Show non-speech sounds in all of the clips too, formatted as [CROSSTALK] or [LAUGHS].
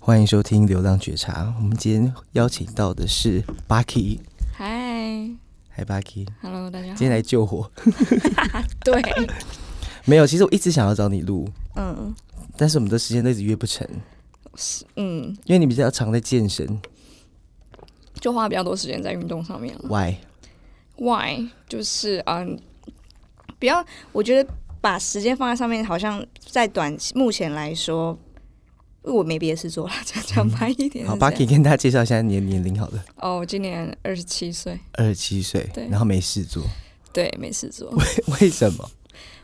欢迎收听《流浪觉察》。我们今天邀请到的是 Bucky，嗨嗨 Bucky， ，Hello，大家今天来救火。好。对，没有，其实我一直想要找你录，嗯但是我们的时间都一直约不成，嗯，因为你比较常在健身。就花比较多时间在运动上面了。 Why？ Why？就是嗯，比较，我觉得把时间放在上面，好像在短期目前来说，我没别的事做了，讲 [LAUGHS] 讲白一点是这样。嗯好，Bucky 跟大家介绍一下你的年龄好了，哦，我今年二十七岁，二十七岁对，然后没事做， [LAUGHS] 对，没事做。为什么？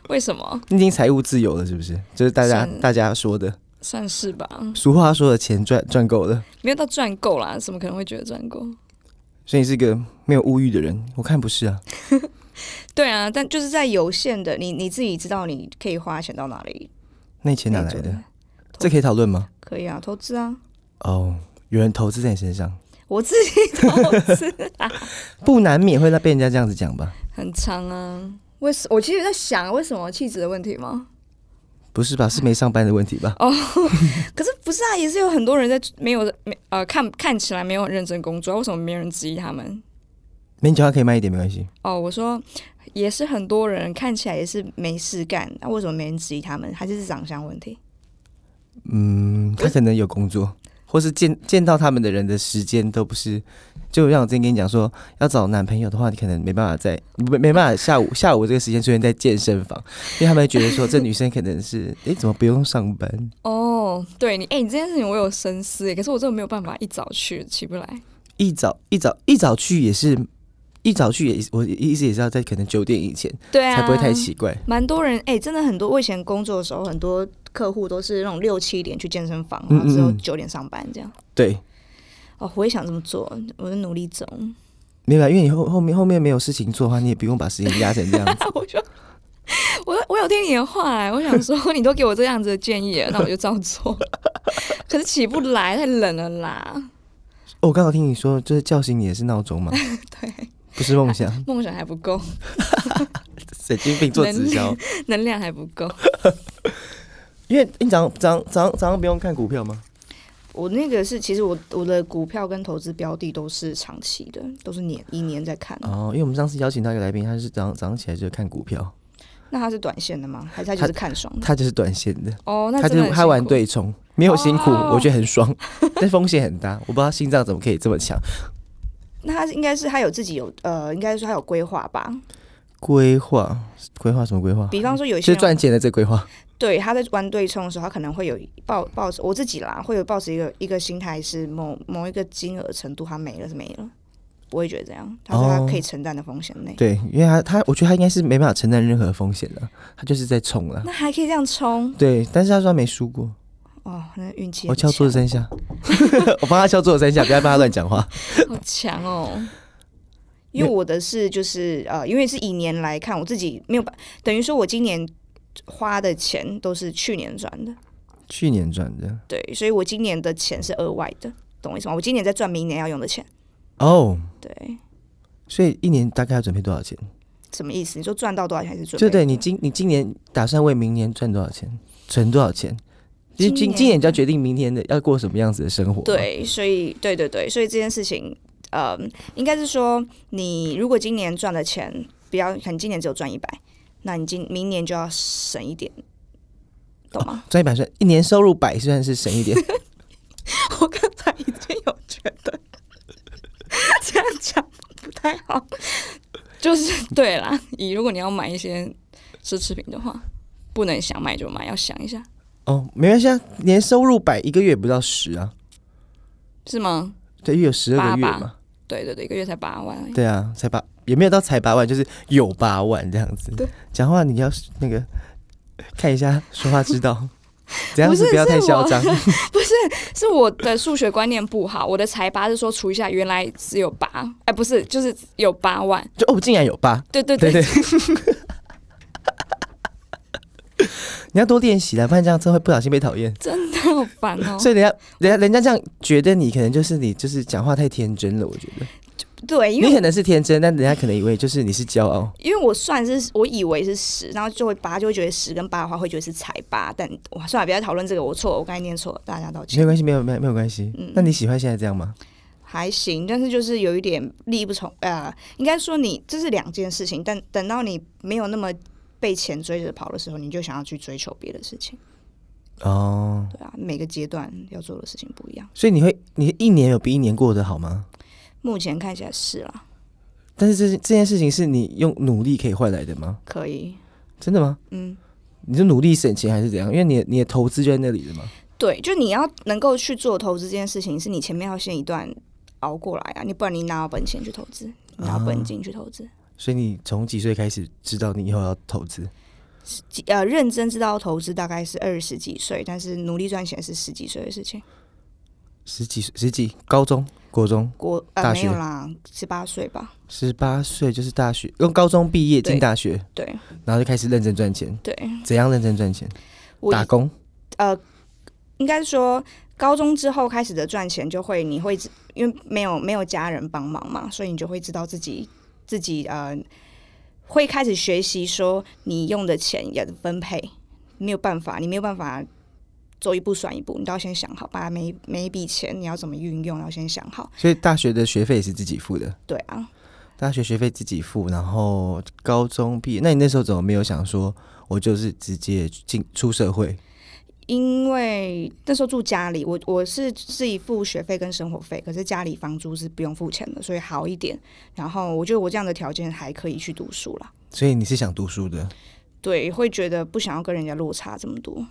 为什么？你已经财务自由了，是不是？就是大家算大家说的，算是吧，俗话说的钱赚赚够了，没有到赚够啦，怎么可能会觉得赚够？所以你是个没有物欲的人。我看不是啊，对啊，但就是在有限的，你你自己知道你可以花钱到哪里。那钱哪那来种的？这可以讨论吗？可以啊，投资啊，哦，有人投资在你身上，我自己 [LAUGHS] 投资啊，不难免会被人家这样子讲吧？很长啊。为什？我其实在想，为什么气质的问题吗？不嗯是吧？是没上班的问题哦吧？可是不是啊，也是有很多人在没有没呃看看起来没有很认真工作，为什么没人质疑他们？没你讲话可以慢一点，没关系。哦，我说也是很多人看起来也是没事干，那、为什么没人质疑他们？还是是长相问题？嗯，他可能有工作，或是见见到他们的人的时间都不是。就像我之前跟你讲说，要找男朋友的话，你可能没办法在没没办法下午下午这个时间出现在健身房，因为他们会觉得说这女生可能是诶，怎么不用上班？哦，对你，哎、你这件事情我有深思耶，可是我真的没有办法一早去，起不来。一早一早一早去也是，一早去也我意思也是要在可能九点以前、对啊，才不会太奇怪。蛮多人哎、真的很多。我以前工作的时候，很多客户都是那种六七点去健身房，嗯然后之后嗯嗯九点上班这样。对，哦，我也想这么做，我在努力中。明白，因为你后后面后面没有事情做的话，你也不用把时间压成这样子。 [LAUGHS] 我说，我我有听你的话、哎，我想说你都给我这样子的建议了，那我就照做。 [LAUGHS] 可是起不来，太冷了啦。哦我刚好听你说，就是叫醒你也是闹钟 [LAUGHS] 嘛，对，不是梦想，梦想还不够，神经病做直销。能量还不够。因为你早上早上早上早上不用看股票吗？ [LAUGHS] 我那个是，其实我我的股票跟投资标的都是长期的，都是年一年在看。哦，因为我们上次邀请到一个来宾，他是早上早上起来就看股票，那它是短线的吗？还是它就是看爽的？他就是短线的，哦，嗯那他真就的是很他玩辛苦，对冲，没有辛苦，哦我觉得很爽， [LAUGHS] 但风险很大，我不知道心脏怎么可以这么强。那他是应该是他有自己有呃，应该说他有规划吧。规划规划什么规划？比方说有一些就人赚钱的嗯这规划，对，他在玩对冲的时候，他可能会有抱抱持我自己啦，会有抱持一个一个心态是某某一个金额程度，他没了是没了，不会觉得这样，他说他可哦以承担的风险内。对，因为他他我觉得他应该是没办法承担任何风险的，他就是在冲了。那还可以这样冲对，但是他说他没输过。哦，那运气我很敲桌子三强下， [LAUGHS] 我帮他敲桌子三下，不要帮他乱讲话。好强哦。因为我的是就是呃，因为是以年来看，我自己没有把等于说我今年花的钱都是去年赚的，去年赚的对，所以我今年的钱是额外的，懂我意思吗？我今年在赚明年要用的钱，哦，对，所以一年大概要准备多少钱？什么意思？你说赚到多少钱还是准备？就对你今你今年打算为明年赚多少钱，存多少钱？其实今今年今年就要决定明天的要过什么样子的生活。，对，所以对对对，所以这件事情，呃，应该是说，你如果今年赚的钱不要，可能今年只有赚一百，那你今明年就要省一点，懂 [LAUGHS] 吗？赚一百算一年收入百算是省一 [LAUGHS] 点，我刚才已经有觉得这样讲不太好，就是对啦，以如果你要买一些奢侈品的话，不能想买就买，要想一下，哦，没关系啊，年收入百一个月也不到十啊，是吗？对，因为有十二个月八嘛，对对对，一个月才八万而已，对啊，才八也没有到才八万，就是有八万这样子对。讲话你要那个看一下说话之 [LAUGHS] 道，怎样不子是不要太是嚣我张。 [LAUGHS] 是我的数学观念不好，我的财八是说除一下，原来只有八，哎，不是，就是有八万，就哦，竟然有八，对对对对，对。 [LAUGHS] 你要多练习啦，不然这样真会不小心被讨厌。真的好烦哦。所以人家人家人家这样觉得你，可能就是你就是讲话太天真了。我觉得对，因你为可能是天真，但人家可能以为就是你是骄傲。因为我算是我以为是十，然后就会八，就会觉得十跟八的话会觉得是才八，但哇，算了，不要讨论这个，我错了，我刚才念错了，大家道没有歉。关系，没有没有没有关系。嗯那你喜欢现在这样吗？还行，但是就是有一点力不从，呃，应该说你这是两件事情，但等到你没有那么被钱追着跑的时候，你就想要去追求别的事情，哦，对啊，每个阶段要做的事情不一样。所以你会，你一年有比一年过得好吗？目前看起来是啦，但是这这件事情是你用努力可以换来的吗？可以，真的吗？嗯，你是努力省钱还是怎样？因为你的你的投资就在那里了嘛。对，就你要能够去做投资这件事情，是你前面要先一段熬过来啊，你不然你哪有本钱去投资，你哪有本金去投资？所以你从几岁开始知道你以后要投资？几呃，认真知道投资大概是二十几岁，但是努力赚钱是十几岁的事情。十几岁十几，高中、国中，国大呃没有学啦，十八岁吧。十八岁就是大学，用高中毕业进对大学，对然后就开始认真赚钱。对，怎样认真赚钱？我打工。呃，应该说高中之后开始的赚钱，就会你会知因为没有没有家人帮忙嘛，所以你就会知道自己自己呃会开始学习说你用的钱也分配，没有办法，你没有办法。走一步算一步，你都要先想好，把每一每一笔钱你要怎么运用，要先想好。所以大学的学费也是自己付的，对啊，大学学费自己付，然后高中毕业，那你那时候怎么没有想说，我就是直接进出社会？因为那时候住家里，我我是自己付学费跟生活费，可是家里房租是不用付钱的，所以好一点。然后我觉得我这样的条件还可以去读书啦。所以你是想读书的？对，会觉得不想要跟人家落差这么多。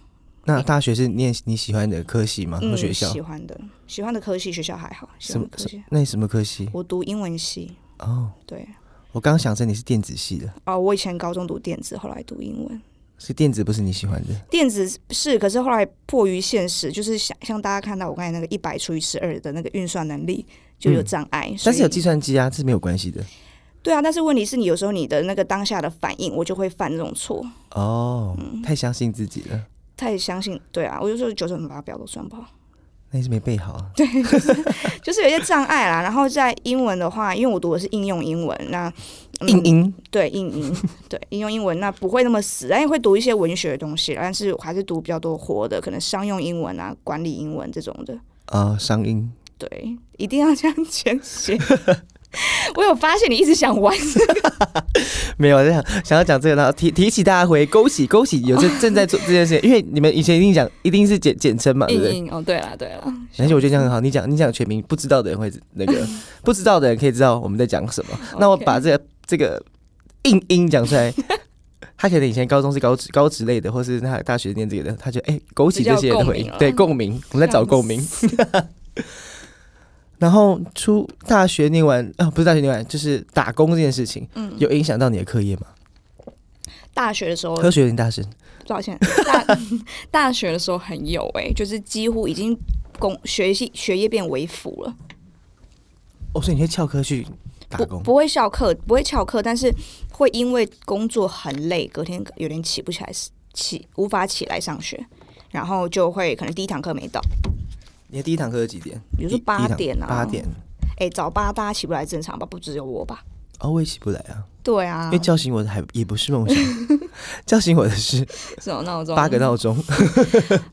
那大学是念你喜欢的科系吗？或嗯，学校？喜欢的，喜欢的科系，学校还好，喜欢的科系。那你什么科系？我读英文系，哦，对，我刚想成你是电子系的，哦，我以前高中读电子，后来读英文。是电子不是你喜欢的？电子是，可是后来迫于现实，就是想像大家看到我刚才那个一百除以十二的那个运算能力就有嗯障碍，所但是有以计算机啊，是没有关系的。对啊，但是问题是你有时候你的那个当下的反应，我就会犯这种错，哦，嗯太相信自己了，太相信。对啊，我就说九九乘法表都算不好， [LAUGHS] 那你是没背好啊。就是有一些障碍啦。然后在英文的话，因为我读的是应用英文，那、嗯硬音对应英对应用英文，那不会那么死，但也会读一些文学的东西啦，但是我还是读比较多活的，可能商用英文啊、管理英文这种的。啊，商音。对，一定要这样简写。我有发现你一直想玩，没有，我在想想要讲这个，然后提提起大家回勾起勾起有正正在做这件事情，因为你们以前一定讲一定是简简称嘛，对不应对？应哦，对了对了，而且我觉得这样很好，你讲你讲全名，不知道的人会那 [LAUGHS] 个，不知道的人可以知道我们在讲什么。那我把这个这个硬音讲出 [LAUGHS] 来，他可能以前高中是高职高职类的，或是他大学念这个的，他就哎、勾起这些人的回比忆较有共鸣了，对共鸣，我们在找共鸣。 [LAUGHS] 然后出大学念完啊，不是大学念完，就是打工这件事情，嗯有影响到你的课业吗？大学的时候科学有点大声。抱歉，大 [LAUGHS] 大学的时候很有哎、就是几乎已经工学习学业变为辅了，哦，所以你会翘课去打不工？不会翘课，不会翘课，但是会因为工作很累，隔天有点起不起来，起无法起来上学，然后就会可能第一堂课没到，你的第一堂课是几点？比如说第八点啊，八，点。哎、早八大家起不来正常吧，不只有我吧？哦，我也起不来啊，对啊因为，叫醒我的还也不是梦想， [LAUGHS] 叫醒我的是这种闹钟八个闹钟。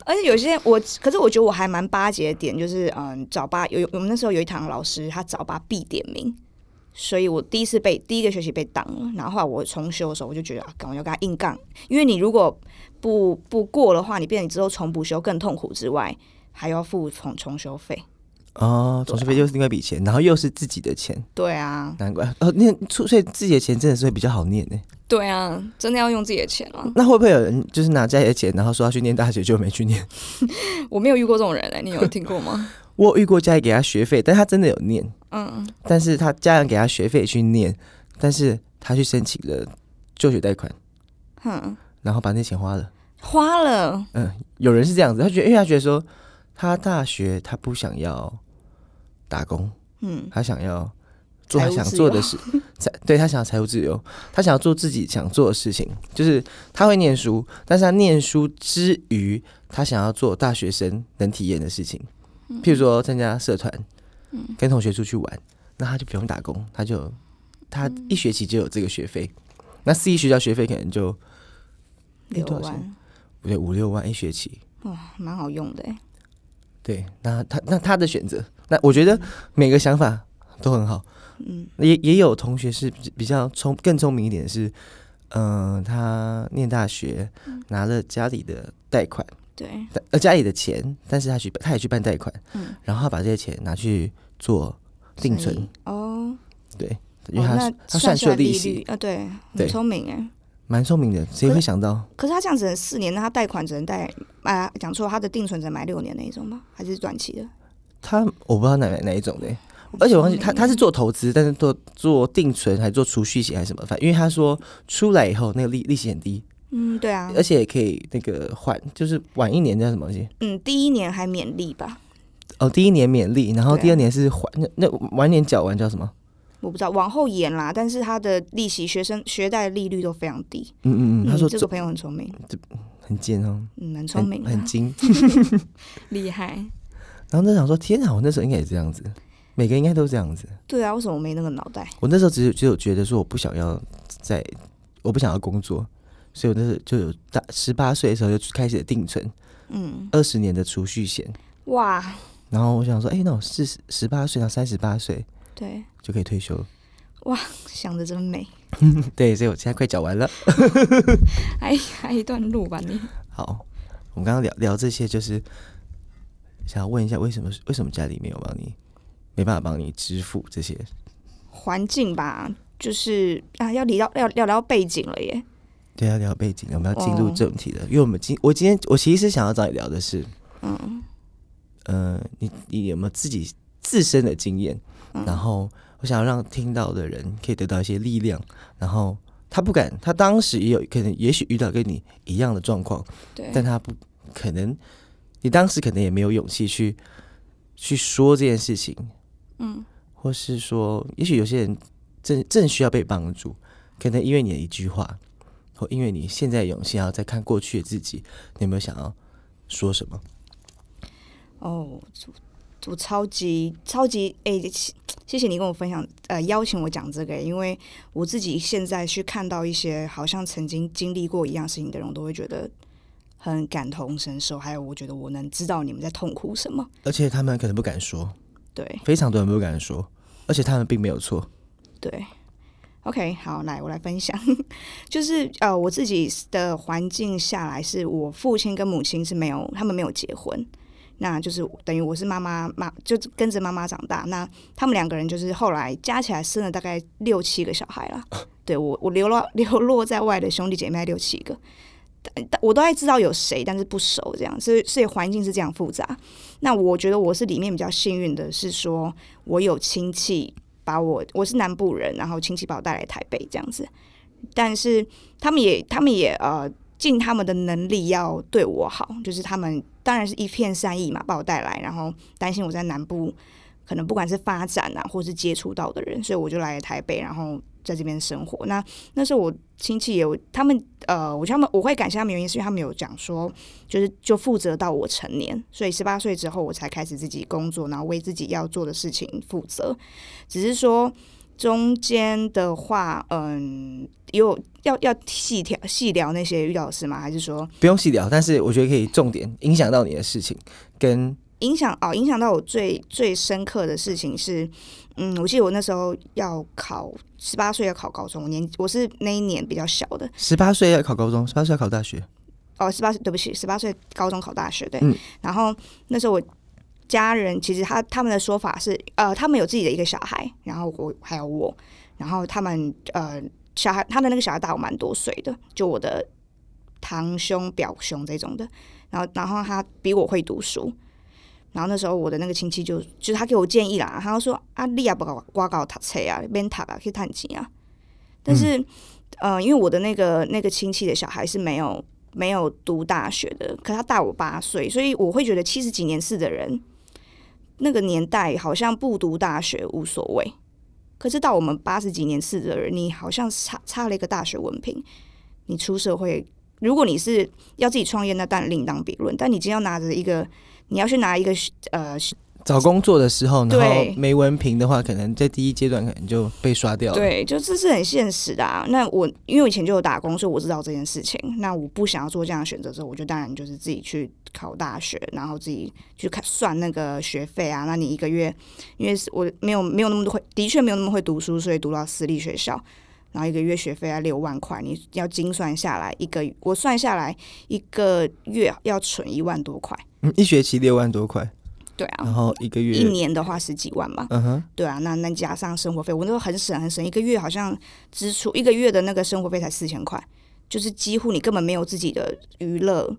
而且有些我，可是我觉得我还蛮巴结的点，就是嗯，早八有有我们那时候有一堂老师，他早八必点名，所以我第一次被第一个学期被挡了。然后后来我重修的时候，我就觉得啊，干我就跟他硬杠，因为你如果不不过的话，你变成你之后重补修更痛苦之外，还要付重重修费。哦，总是费又是另外一笔钱，然后又是自己的钱，对啊，难怪哦。念出所以自己的钱真的是会比较好念呢。对啊，真的要用自己的钱啊了。那会不会有人就是拿家里的钱，然后说要去念大学就没去念？ [LAUGHS] 我没有遇过这种人哎、你有听过吗？我有遇过家里给他学费，但他真的有念， [LAUGHS] 嗯，但是他家人给他学费去念，但是他去申请了就学贷款，哼，然后把那钱花了。花了，嗯，有人是这样子，他觉得，因为他觉得说，他大学他不想要打工，嗯，他想要做财他务想自做由的事， [LAUGHS] 财对他想要财务自由，他想要做自己想做的事情，就是他会念书，但是他念书之余，他想要做大嗯学生能体验的事情，譬如说参加社团，跟同学出去玩，那他就不用打工，他就他嗯一学期就有这个学费。那私立学校学费可能就六多少万，我觉得五六万一学期。哇，蛮好用的哎。对，那他那他的选择，那我觉得每个想法都很好。嗯也也有同学是比比较聪更聪明一点是，嗯、他念大学嗯拿了家里的贷款，对，但呃家里的钱，但是他去他也去办贷款，嗯然后他把这些钱拿去做定所存，以哦，对，因哦为他、那他算算出来出利利率息，啊，对，很对聪明哎。蛮聪明的，谁会想到？可是他这样只能四年，那他贷款只能贷啊，讲错，他的定存只能买六年那一种吗？还是短期的？他我不知道哪哪一种的、而且我忘记他他是做投资，但是做做定存还是做储蓄险还是什么，反正因为他说出来以后那个利利息很低，嗯，对啊，而且也可以那个缓，就是晚一年叫什么东西？嗯，第一年还免利吧，哦，第一年免利，然后对啊第二年是还那那晚年缴完叫什么？我不知道往后延啦，但是他的利息、学生学贷的利率都非常低。嗯嗯嗯，他说这这个朋友很聪明，很贱哦，嗯，很聪明很啊，很精。厉害。然后那时候想说，天啊哪，我那时候应该也这样子，每个应该都这样子。对啊，为什么我没那个脑袋？我那时候只有只有觉得说，我不想要在，我不想要工作，所以我那时候就有大十八岁的时候就开始定存嗯，二十年的储蓄险。哇，然后我想说，哎、那我四十十八岁到三十八岁对，就可以退休了。 [LAUGHS] 想的真美，对，所以我现在快缴完了。还还一段路吧你。好，我们刚刚聊聊这些，就是想要问一下，为什么为什么家里没有帮你，没办法帮你支付这些？环境吧，就是啊，要聊要聊聊背景了耶。对啊，聊背景，我们要进入哦正题了，因为我们今我今天我其实是想要找你聊的是，嗯，呃，你你有没有自己自身的经验？然后我想要让听到的人可以得到一些力量，然后。他不敢，他当时也有可能，也许遇到跟你一样的状况，对，但他不可能，你当时可能也没有勇气去去说这件事情，嗯，或是说，也许有些人正正需要被帮助，可能因为你的一句话，或因为你现在的勇气，然后再看过去的自己，你有没有想要说什么？哦，我我超级超级哎、谢谢谢你跟我分享，呃，邀请我讲这个，因为我自己现在去看到一些好像曾经经历过一样事情的人，我都会觉得很感同身受，还有我觉得我能知道你们在痛苦什么。而且他们可能不敢说，对非常多人不敢说，而且他们并没有错。对。OK，好，来我来分享， [LAUGHS] 就是呃，我自己的环境下来，是我父亲跟母亲是没有，他们没有结婚，那就是等于我是妈妈妈，就跟着妈妈长大。那他们两个人就是后来加起来生了大概六七个小孩啦。对我，我流落 [LAUGHS] 流落在外的兄弟姐妹六七个，但但我都还知道有谁，但是不熟这样，所以所以环境是这样复杂。那我觉得我是里面比较幸运的，是说我有亲戚把我，我是南部人，然后亲戚把我带来台北这样子，但是他们也他们也呃尽他们的能力要对我好，就是他们当然是一片善意嘛，把我带来，然后担心我在南部可能不管是发展啊，或是接触到的人，所以我就来了台北，然后在这边生活。那那时候我亲戚也有他们呃，我觉得他们我会感谢他们，原因是因为他们有讲说，就是就负责到我成年，所以十八岁之后我才开始自己工作，然后为自己要做的事情负责。只是说中间的话，嗯，也有要要细条细聊那些遇到的事吗？还是说不用细聊，但是我觉得可以重点影响到你的事情，跟影响哦，影响到我最最深刻的事情是，嗯，我记得我那时候要考十八岁要考高中，我年我是那一年比较小的，十八岁要考高中，十八岁要考大学，哦，十八岁，对不起，十八岁高中考大学，对。嗯然后那时候我家人其实他他们的说法是，呃，他们有自己的一个小孩，然后我还有我，然后他们呃小孩他的那个小孩大我蛮多岁的，就我的堂兄表兄这种的，然后然后他比我会读书。然后那时候我的那个亲戚就就是他给我建议啦，他就说啊，你也不搞挂搞读册啊，免读啊，去探钱啊。但是，呃，因为我的那个那个亲戚的小孩是没有没有读大学的，可他大我八岁，所以我会觉得七十几年次的人，那个年代好像不读大学无所谓，可是到我们八十几年次的人，你好像差差了一个大学文凭，你出社会，如果你是要自己创业，那当然另当别论，但你今天要拿着一个，你要去拿一个呃找工作的时候，然后对没文凭的话，可能在第一阶段可能就被刷掉了。，对，就这是很现实的啊。那我因为我以前就有打工，所以我知道这件事情。那我不想要做这样的选择之后，我就当然就是自己去考大学，然后自己去看算那个学费啊。那你一个月，因为是我没有没有那么多会，的确没有那么会读书，所以读到私立学校。然后一个月学费要六万块，你要精算下来一个，我算下来一个月要存一万多块，嗯，一学期六万多块，对啊，然后一个一月，年的话十几万嘛，嗯哼，对啊，那那加上生活费，我那时候很省很省，一个月好像支出一个月的那个生活费才四千块，就是几乎你根本没有自己的娱乐，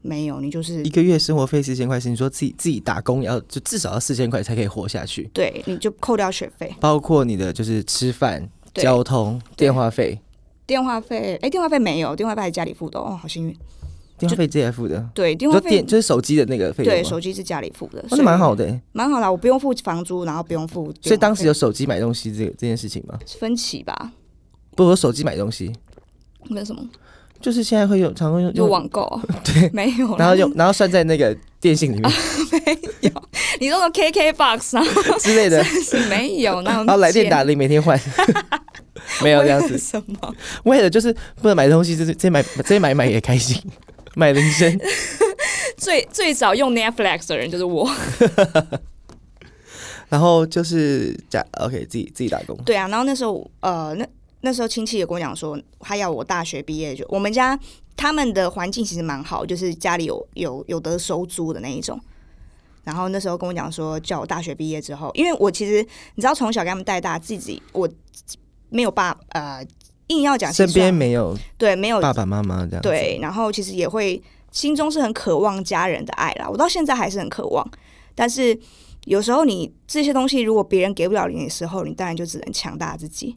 没有，你就是一个月生活费四千块，是你说自己自己打工也要就至少要四千块才可以活下去，对，你就扣掉学费，包括你的就是吃饭、对交通、对电话费，电话费，哎，电话费没有，电话费还家里付的，哦，好幸运。电话费自己来付的，对，电你话说费电就是手机的那个费对用吗？手机是家里付的，哦，那蛮好的，的欸，蛮好的，我不用付房租，然后不用付电话费，所以当时有手机买东西这个这件事情吗？分歧吧，不，我手机买东西，没有什么，就是现在会用，常会用就，网购啊， [LAUGHS] 对，没有啦，然后用，然 [LAUGHS] 后算在那个电信里面你那种 KK box 啊，之类的，是没 [LAUGHS] 有那种，然后来电打铃，每天换， [LAUGHS] 没有这样子。什么？为了就是不能买东西，就是这买这买买也开心， [LAUGHS] 买铃声。 [LAUGHS] 最最早用 Netflix 的人就是我。然后就是假 OK 自己自己打工， [LAUGHS] 对啊，然后那时候呃，那那时候亲戚也跟我讲说，他要我大学毕业就我们家他们的环境其实蛮好，就是家里有有有得收租的那一种。然后那时候跟我讲说，叫我大学毕业之后，因为我其实你知道从小给他们带大，自己我没有爸呃，硬要讲其实身边算没有对没有爸爸妈妈这样。，对，然后其实也会心中是很渴望家人的爱啦，我到现在还是很渴望，但是有时候你这些东西如果别人给不了你的时候，你当然就只能强大自己。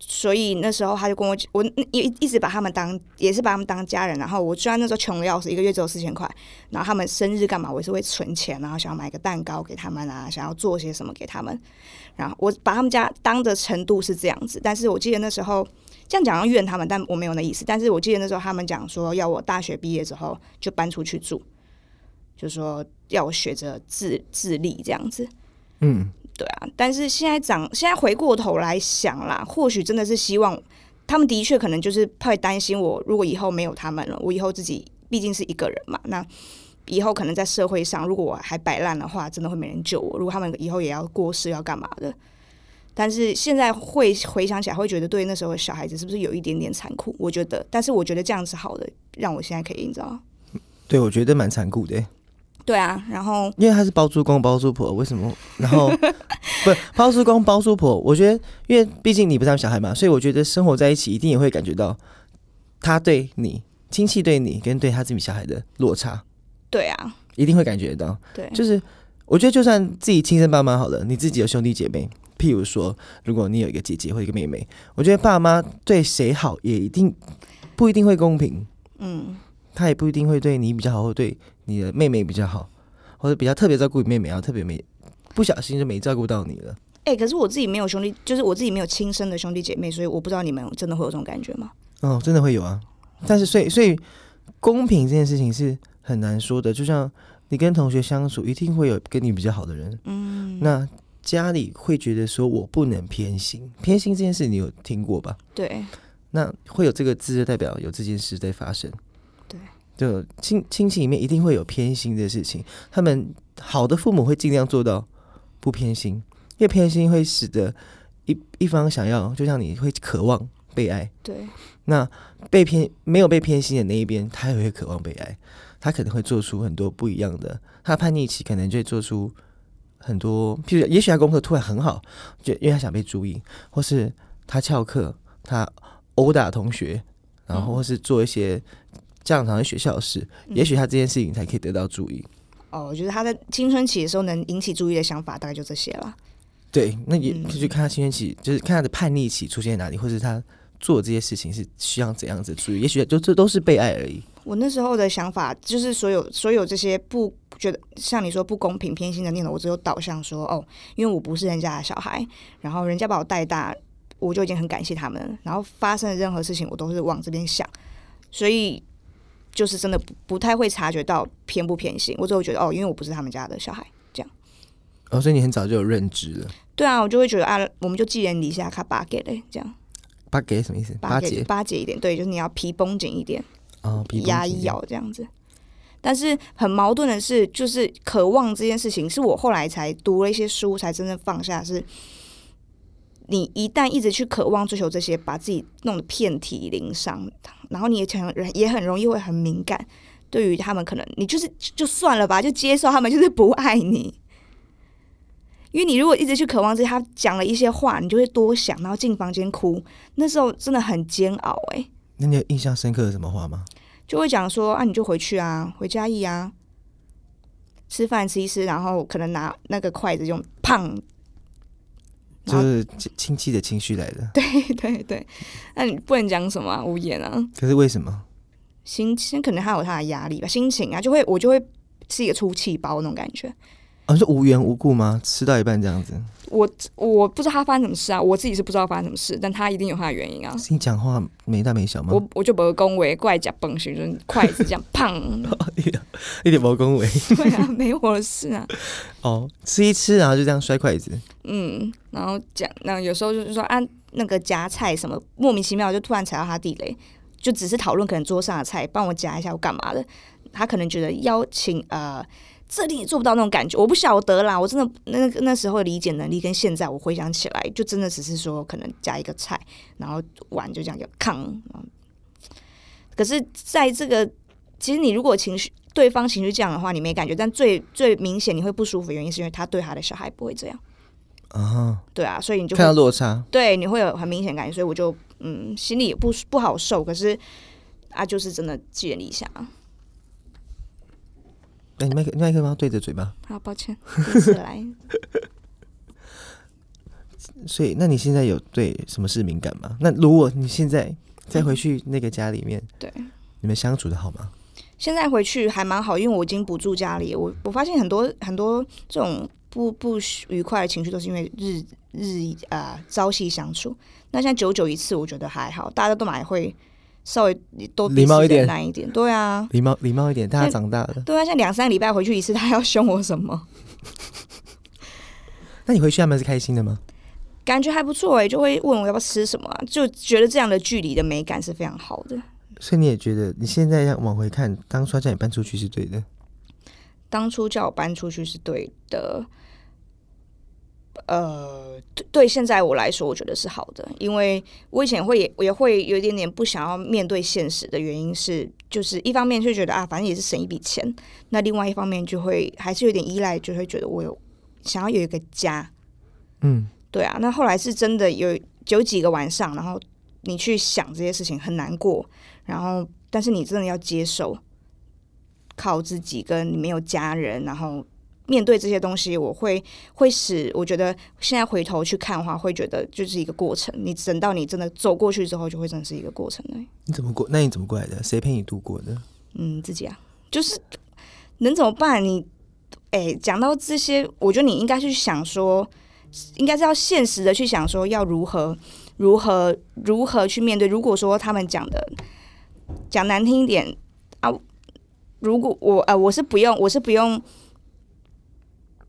所以那时候他就跟我讲，我也一直把他们当也是把他们当家人。然后我虽然那时候穷的要死，一个月只有四千块，然后他们生日干嘛，我也是会存钱，然后想要买个蛋糕给他们啊，想要做些什么给他们。然后我把他们家当的程度是这样子，但是我记得那时候这样讲要怨他们，但我没有那意思。但是我记得那时候他们讲说要我大学毕业之后就搬出去住，就说要我学着自自立这样子。嗯，对啊，但是现在长现在回过头来想啦，或许真的是希望他们的确可能就是会担心我，如果以后没有他们了，我以后自己毕竟是一个人嘛，那以后可能在社会上，如果我还摆烂的话，真的会没人救我。如果他们以后也要过世要干嘛的，但是现在会回想起来，会觉得对那时候的小孩子是不是有一点点残酷？我觉得，但是我觉得这样是好的，让我现在可以，你知道吗？对，我觉得蛮残酷的，对啊，然后因为他是包租公包租婆，为什么？然 [LAUGHS] 后不包租公包租婆，我觉得因为毕竟你不是他们小孩嘛，所以我觉得生活在一起一定也会感觉到他对你亲戚对你跟对他自己小孩的落差，对啊，一定会感觉到。对，就是我觉得就算自己亲生爸妈好了，你自己有兄弟姐妹，譬如说，如果你有一个姐姐或一个妹妹，我觉得爸妈对谁好也一定不一定会公平，嗯，他也不一定会对你比较好，或对你的妹妹比较好，或者比较特别照顾你妹妹，然后特别没不小心就没照顾到你了。哎、可是我自己没有兄弟，就是我自己没有亲生的兄弟姐妹，所以我不知道你们真的会有这种感觉吗？哦，真的会有啊。但是所以所以公平这件事情是很难说的，就像你跟同学相处，一定会有跟你比较好的人。嗯，那家里会觉得说我不能偏心，偏心这件事你有听过吧？对，那会有这个字，就代表有这件事在发生。对，就亲亲戚里面一定会有偏心的事情，他们好的父母会尽量做到不偏心，因为偏心会使得一一方想要，就像你会渴望被爱，对，那被偏没有被偏心的那一边，他也会渴望被爱，他可能会做出很多不一样的，他叛逆期可能就会做出很多，譬如也许他功课突然很好，就因为他想被注意，或是他翘课，他殴打同学，然后或是做一些家长常在学校的事，也许他这件事情才可以得到注意。哦，我觉得他在青春期的时候能引起注意的想法大概就这些了。对，那也嗯就看他青春期，就是看他的叛逆期出现在哪里，或是他做这些事情是需要怎样子的注意，也许就这都是被爱而已。我那时候的想法就是，所有所有这些不觉得像你说不公平、偏心的念头，我只有导向说哦，因为我不是人家的小孩，然后人家把我带大，我就已经很感谢他们了。然后发生的任何事情，我都是往这边想，所以就是真的不不太会察觉到偏不偏心。我只有觉得哦，因为我不是他们家的小孩，哦，所以你很早就有认知了。对啊，我就会觉得啊，我们就寄人篱下，卡巴给嘞，这样八给什么意思？巴八给节巴结一点，对，就是你要皮绷紧一点，哦，皮绷压紧一咬这样子。但是很矛盾的是，就是渴望这件事情，是我后来才读了一些书，才真正放下是。你一旦一直去渴望追求这些，把自己弄得遍体鳞伤，然后你也很也很容易会很敏感，对于他们可能你就是就算了吧，就接受他们就是不爱你。因为你如果一直去渴望这些，他讲了一些话，你就会多想，然后进房间哭，那时候真的很煎熬哎、那你有印象深刻的什么话吗？就会讲说啊，你就回去啊，回家义啊，吃饭吃一吃，然后可能拿那个筷子用砰， [LAUGHS] 然就后是亲亲戚的情绪来的。对对对，那你不能讲什么、啊、无言啊，可是为什么？心情可能他有他的压力吧，心情啊，就会我就会是一个出气包那种感觉。哦，你说无缘无故吗？吃到一半这样子，我我不知道他发生什么事啊，我自己是不知道发生什么事，但他一定有他的原因啊。是你讲话没大没小吗？我我就不会恭维怪甲蹦行，就是筷子这样砰， [LAUGHS] [LAUGHS] 一点毛恭维对啊，没我的事啊。哦，吃一吃，然后就这样摔筷子。嗯，然后讲，那有时候就是说啊，那个夹菜什么，莫名其妙就突然踩到他地雷，就只是讨论可能桌上的菜，帮我夹一下，我干嘛的？他可能觉得邀请呃，这里也做不到那种感觉，我不晓得啦，我真的那那时候的理解能力跟现在我回想起来，就真的只是说可能夹一个菜，然后碗就这样给我扛。然后可是在这个，其实你如果情绪对方情绪这样的话，你没感觉，但最最明显你会不舒服，的原因是因为他对他的小孩不会这样。啊，对啊，所以你就看到会落差，对你会有很明显感觉，所以我就嗯心里也不不好受，可是啊就是真的寄人篱下啊，那哎你麦克麦克风对着嘴巴，好 [LAUGHS] 抱歉，第一次来所以那你现在有对什么事敏感吗？那如果你现在再回去那个家里面，对。你们相处的好吗？现在回去还蛮好，因为我已经不住家里，我我发现很多很多这种不不愉快的情绪都是因为日日啊、朝夕相处。那现在久久一次，我觉得还好，大家都蛮会稍微都礼貌一点难一点，对啊，礼貌礼貌一点，大家嗯长大了。对啊，像两三个礼拜回去一次，他要凶我什么？那你回去他们是开心的吗？感觉还不错哎、就会问我要不要吃什么啊、就觉得这样的距离的美感是非常好的。所以你也觉得你现在要往回看，当初要叫你搬出去是对的，当初叫我搬出去是对的，呃，对对，现在我来说我觉得是好的，因为我以前会也也会有一点点不想要面对现实的原因是，就是一方面就觉得啊，反正也是省一笔钱，那另外一方面就会还是有点依赖，就会觉得我有想要有一个家，嗯，对啊，那后来是真的有有几个晚上，然后你去想这些事情很难过，然后但是你真的要接受，靠自己跟你没有家人，然后面对这些东西，我会会使我觉得现在回头去看的话，会觉得就是一个过程。你等到你真的走过去之后，就会真的是一个过程而已你怎么过？那你怎么过来的？谁陪你度过的？嗯，自己啊，就是能怎么办？你哎，讲到这些，我觉得你应该去想说，应该是要现实的去想说，要如何如何如何去面对。如果说他们讲的讲难听一点啊，如果我呃我是不用我是不用，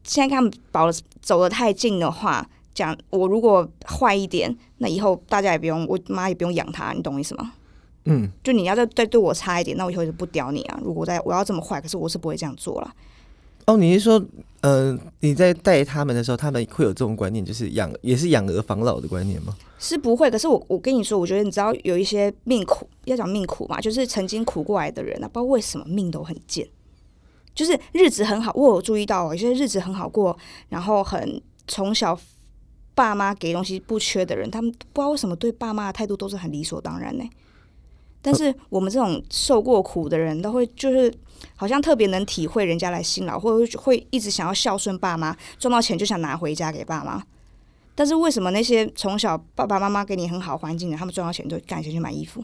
现在跟他们保走得太近的话。讲我如果坏一点，那以后大家也不用我妈也不用养他，你懂我意思吗？嗯，就你要再再对我差一点，那我以后就不屌你啊！如果我再我要这么坏，可是我是不会这样做了。哦，你是说，呃，你在带他们的时候，他们会有这种观念，就是养也是养儿防老的观念吗？是不会，可是我我跟你说，我觉得你知道有一些命苦，要讲命苦嘛，就是曾经苦过来的人啊，不知道为什么命都很贱，就是日子很好。我有注意到哦，有些日子很好过，然后很从小爸妈给东西不缺的人，他们不知道为什么对爸妈的态度都是很理所当然呢、但是我们这种受过苦的人，都会就是好像特别能体会人家来辛劳，或者会一直想要孝顺爸妈，赚到钱就想拿回家给爸妈。但是为什么那些从小爸爸妈妈给你很好环境的，他们赚到钱就干先去买衣服，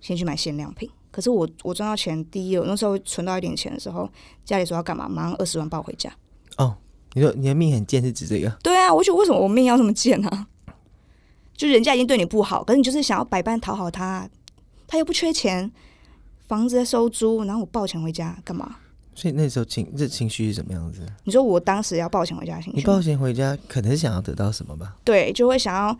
先去买限量品？可是我我赚到钱，第一，我那时候存到一点钱的时候，家里说要干嘛，马上二十万抱回家。哦，你说你的命很贱是指这个？对啊，我觉得为什么我命要这么贱啊？就人家已经对你不好，可是你就是想要百般讨好他，他又不缺钱，房子在收租，然后我抱钱回家干嘛？所以那时候情这情绪是什么样子？你说我当时要抱钱回家的情你绪抱吗，歉回家，可能想要得到什么吧？对，就会想要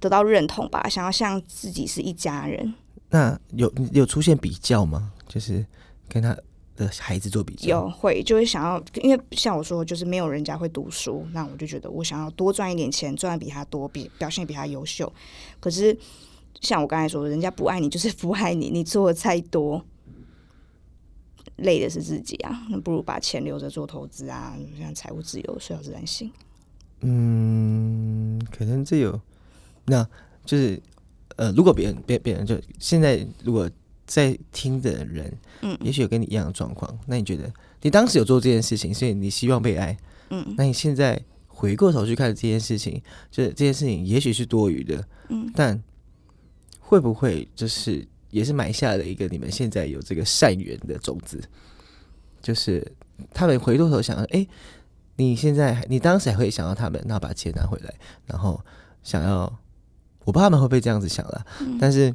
得到认同吧，想要像自己是一家人。那有有出现比较吗？就是跟他的孩子做比较？有会就会想要，因为像我说，就是没有人家会读书，那我就觉得我想要多赚一点钱，赚的比他多，比表现比他优秀。可是像我刚才说，人家不爱你就是 [LAUGHS] 不爱你，你做的再多，累的是自己啊，那不如把钱留着做投资啊，像财务自由，睡到自然醒。嗯，可能这有，那就是呃，如果别人别别人就现在如果在听的人，嗯也许有跟你一样的状况，那你觉得你当时有做这件事情，所以你希望被爱，嗯，那你现在回过头去看这件事情，就是这件事情也许是多余的，嗯，但会不会就是也是埋下了一个你们现在有这个善缘的种子？就是他们回过头想，哎、你现在还你当时还会想要他们，然后把钱拿回来，然后想要，我不知道他们会不会这样子想啦，嗯但是。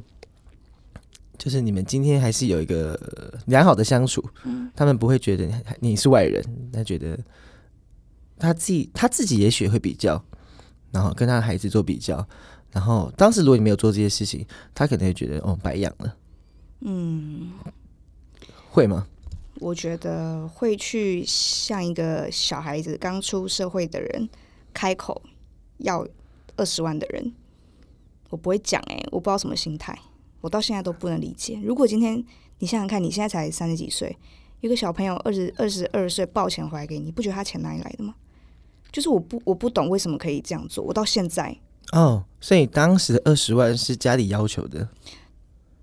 就是你们今天还是有一个呃良好的相处，嗯他们不会觉得你你是外人，他觉得他自己他自己也许会比较，然后跟他的孩子做比较，然后当时如果你没有做这些事情，他可能会觉得哦白养了，嗯，会吗？我觉得会去像一个小孩子刚出社会的人开口要二十万的人，我不会讲哎、我不知道什么心态，我到现在都不能理解。如果今天你想想看，你现在才三十几岁，一个小朋友二十二十二岁抱钱回来给你，你不觉得他钱哪里来的吗？就是我不我不懂为什么可以这样做，我到现在哦，所以当时的二十万是家里要求的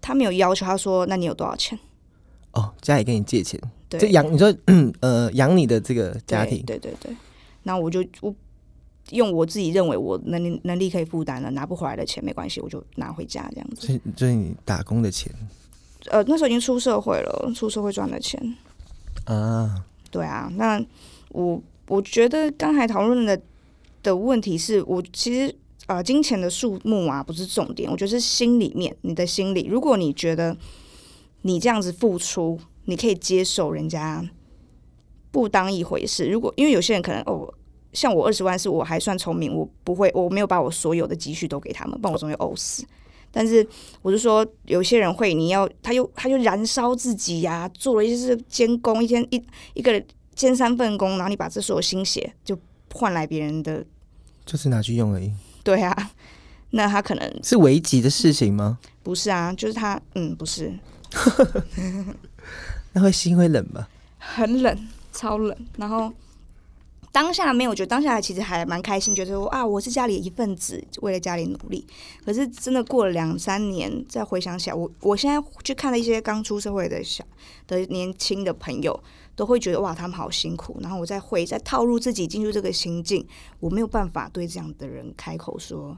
他没有要求，他说那你有多少钱？哦，家里跟你借钱，对，这养你说嗯呃养你的这个家对庭，对对对，那我就我用我自己认为我能力能力可以负担了，拿不回来的钱没关系，我就拿回家这样子。所以就是你打工的钱呃，那时候已经出社会了，出社会赚的钱。啊，对啊，那我我觉得刚才讨论的的问题是我其实呃，金钱的数目啊不是重点，我觉得是心里面你的心里，如果你觉得你这样子付出，你可以接受人家不当一回事。如果因为有些人可能哦。像我二十万是我还算聪明，我不会，我没有把我所有的积蓄都给他们，不然我总会呕死。但是我是说，有些人会，你要他又他就燃烧自己呀、做了一些事监工，一天一一个人兼三份工，然后你把这所有心血就换来别人的，就是拿去用而已，对啊，那他可能是危急的事情吗？不是啊，就是他，嗯，不是，那会心会冷吧？很冷，超冷，然后。当下没有觉得，当下其实还蛮开心，觉得说啊，我是家里的一份子，为了家里努力。可是真的过了两三年，再回想起来，我我现在去看了一些刚出社会的小的年轻的朋友，都会觉得哇，他们好辛苦。然后我再会再套入自己进入这个心境，我没有办法对这样的人开口说，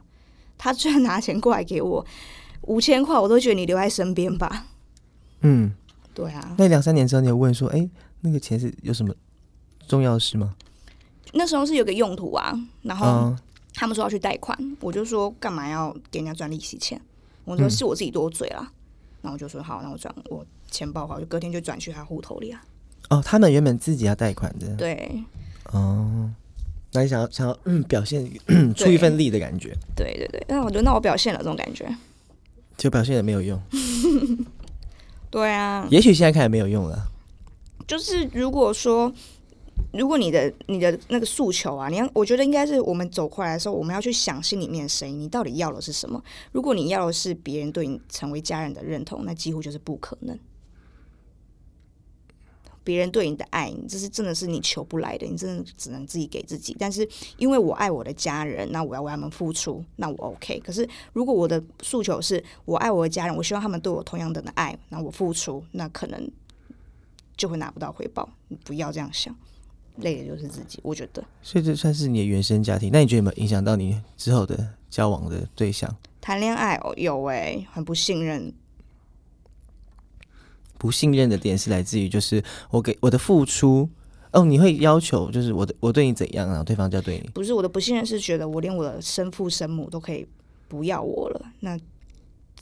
他居然拿钱过来给我五千块，我都觉得你留在身边吧。嗯，对啊，那两三年之后，你有问说，哎、那个钱是有什么重要的事吗？那时候是有个用途啊，然后。嗯。他们说要去贷款，我就说干嘛要给人家赚利息钱？我说嗯是我自己多嘴啦。然后我就说好，那我转我钱包好，就隔天就转去他户头里啊。哦，他们原本自己要贷款的。对哦，那你想要想要嗯表现 [CLEARS THROAT] 出对一份力的感觉，对对对，那我轮到我表现了这种感觉。就表现的没有嗯用，对啊，也许现在看也没有用了。就是如果说，如果你的你的那个诉求啊，你要我觉得应该是我们走过来的时候，我们要去想心里面的声音，你到底要的是什么？如果你要的是别人对你成为家人的认同，那几乎就是不可能。别人对你的爱，你这是真的是你求不来的，你真的只能自己给自己。但是因为我爱我的家人，那我要为他们付出，那我 OK。可是如果我的诉求是我爱我的家人，我希望他们对我同样的爱，那我付出，那可能就会拿不到回报。你不要这样想，累的就是自己。我觉得所以这算是你的原生家庭。那你觉得有没有影响到你之后的交往的对象？谈恋爱哦，有哎、很不信任。不信任的点是来自于就是我给我的付出，哦，你会要求就是我的我对你怎样，然啊后对方就要对你。不是我的不信任，是觉得我连我的生父生母都可以不要我了。那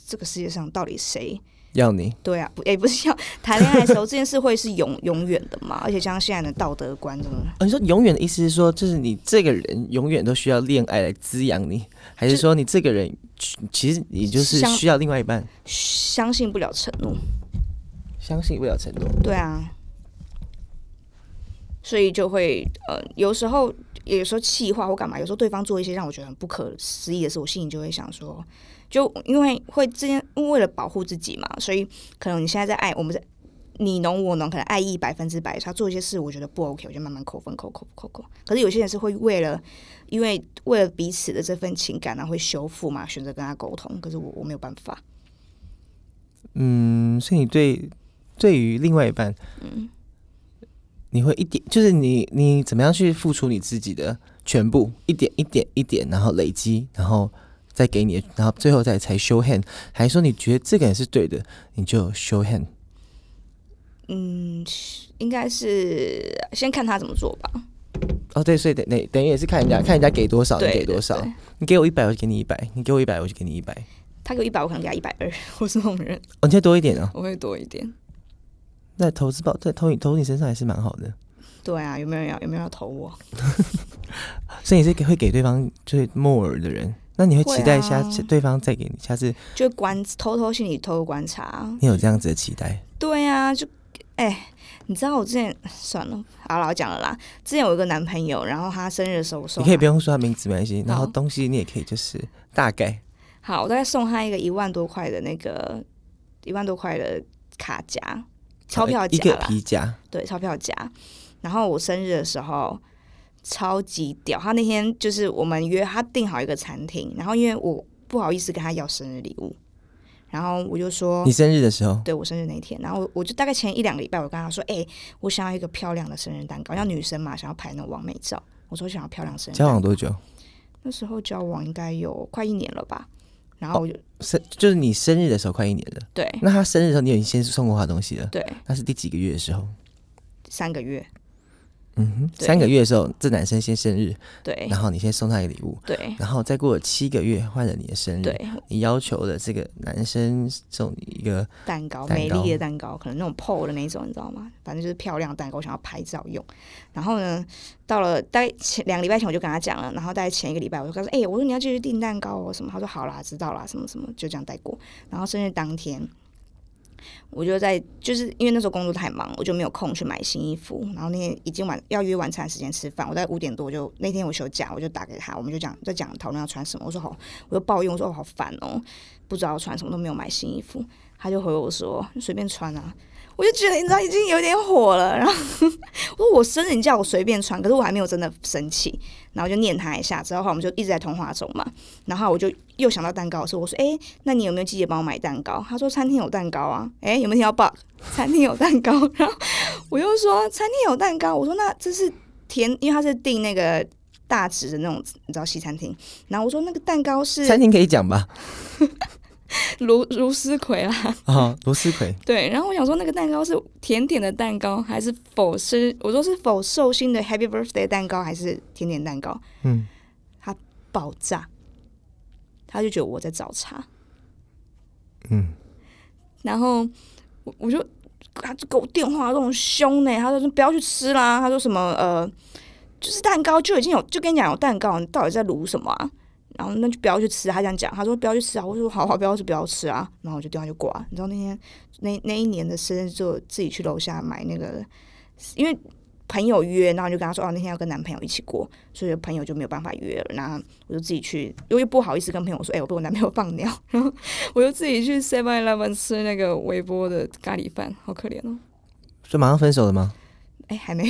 这个世界上到底谁要哦你对啊，不，也、不是要 [LAUGHS] 谈恋爱的时候这件事会是永永远的嘛？而且像现在的道德观，真的哦，你说永远的意思是说，就是你这个人永远都需要恋爱来滋养你，还是就说你这个人其其实你就是相需要另外一半？相信不了承诺。相信不了承诺，对啊，所以就会呃，有时候有时候气话或干嘛，有时候对方做一些让我觉得很不可思议的事，我心里就会想说，就因为会之间为了保护自己嘛，所以可能你现在在爱我们在。你侬我侬，可能爱意百分之百，他做一些事我觉得不 OK，我就慢慢扣分，扣扣扣扣。可是有些人是会为了，因为为了彼此的这份情感，然后会修复嘛，选择跟他沟通。可是我我没有办法，嗯，所以你对对于另外一半，嗯你会一点就是你你怎么样去付出你自己的全部，一点一点一点，然后累积，然后再给你，然后最后再才 show hand，还是说你觉得这个人是对的，你就 show hand。嗯，应该是先看他怎么做吧。哦，对，所以等等等于也是看人家，看人家给多少，你对给多少对对。你给我一百，我就给你一百；你给我一百，我就给你一百。他给我一百，我可能给他一百二， [LAUGHS] 我是那种人，哦，你再多一点哦。我会多一点。那投资报在投你投你身上还是蛮好的，对啊，有没有人要有没有人要投我？所以你是给会给对方就是 more 的人。那你会会期待下啊次、对方再给你，下次就观偷偷心里偷偷观察。你有这样子的期待？对啊，就哎、你知道我之前算了，好老讲了啦。之前有一个男朋友，然后他生日的时候我送你他，可以不用说他名字没关系，然后好东西你也可以就是大概好，我大概送他一个一万多块的那个一万多块的卡夹，钞票一个夹啦，皮夹，对，钞票夹。然后我生日的时候超级屌，他那天就是我们约他订好一个餐厅，然后因为我不好意思跟他要生日礼物，然后我就说你，生日的时候，对我生日那一天，然后我我就大概前一两个礼拜，我就跟他说，哎、我想要一个漂亮的生日蛋糕，要女生嘛，想要拍那种完美照。我说我想要漂亮生日交蛋往糕，多久？那时候交往应该有快一年了吧，然后我就、生就是你生日的时候快一年了。对那他生日的时候，你已经先送过他东西了。对那是第几个月的时候？三个月，嗯哼，对三个月的时候，这男生先生日，对然后你先送他一个礼物，对然后再过了七个月换了你的生日，对，你要求了这个男生送你一个，蛋糕，蛋美糕丽的蛋糕，可能那种 PO 的那一种，你知道吗？反正就是漂亮的蛋糕，我想要拍照用。然后呢，到了大概前两个礼拜前我就跟他讲了，然后大概前一个礼拜我就跟他说，哎、我说你要继续订蛋糕哦什么，他说好啦，知道啦，什么什么，就这样带过。然后生日当天。我就在，就是因为那时候工作太忙，我就没有空去买新衣服。然后那天已经晚要约晚餐时间吃饭，我在五点多我就那天我休假，我就打给他，我们就讲在讲讨论要穿什么。我说好，我就抱怨我说哦好烦哦，不知道穿什么都没有买新衣服。他就回我说你随便穿啊。我就觉得你知道已经有点火了，然后我说我生日你叫我随便穿，可是我还没有真的生气，然后就念他一下，之后我们就一直在通话中嘛，然后我就又想到蛋糕的时候，我说哎、诶那你有没有记得帮我买蛋糕？他说餐厅有蛋糕啊，哎、有没有听到 bug？餐 [LAUGHS] 厅有蛋糕，然后我又说餐厅有蛋糕，我说那这是甜，因为他是订那个大直的那种，你知道西餐厅，然后我说那个蛋糕是餐厅可以讲吧？卢卢思奎啦，啊， [LAUGHS] 螺丝葵，对，然后我想说那个蛋糕是甜点的蛋糕，还是否是我说是否寿星的 Happy Birthday 蛋糕，还是甜点蛋糕？嗯，爆炸，他就觉得我在找茬。嗯，然后我我就他就给我电话，这种凶呢，他就说不要去吃啦，他说什么呃，就是蛋糕就已经有，就跟你讲有蛋糕，你到底在卤什么啊？然后那就不要去吃，他这样讲，他说不要去吃啊，我就说好好不要吃不要吃啊，然后我就电话就挂。你知道那天那那一年的生日就自己去楼下买那个，因为朋友约，然后就跟他说哦那天要跟男朋友一起过，所以朋友就没有办法约了，然后我就自己去，因为不好意思跟朋友说，哎、我被我男朋友放鸟， [LAUGHS] 然后我就自己去 Seven Eleven 吃那个微波的咖喱饭，好可怜哦。就马上分手了吗？哎、还没，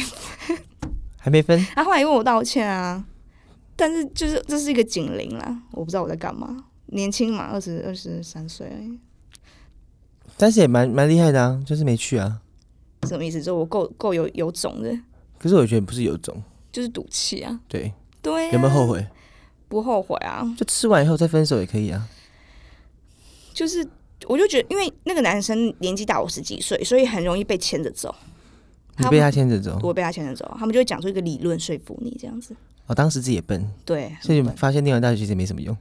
[LAUGHS] 还没分，他后来跟我道歉啊，但是就是这是一个警铃啦，我不知道我在干嘛，年轻嘛，二十二十三岁而已，但是也蛮蛮厉害的啊，就是没去啊。什么意思？就我够够有有种的，可是我觉得不是有种，就是赌气啊，对，对啊有没有后？悔？不后悔啊，就吃完以后再分手也可以啊。就是我就觉得，因为那个男生年纪大我十几岁，所以很容易被牵着走。你他被们他牵着走，我被他牵着走，他们就会讲出一个理论说服你这样子。哦我当时自己也笨，对，所以很笨发现念完大学其实也没什么用。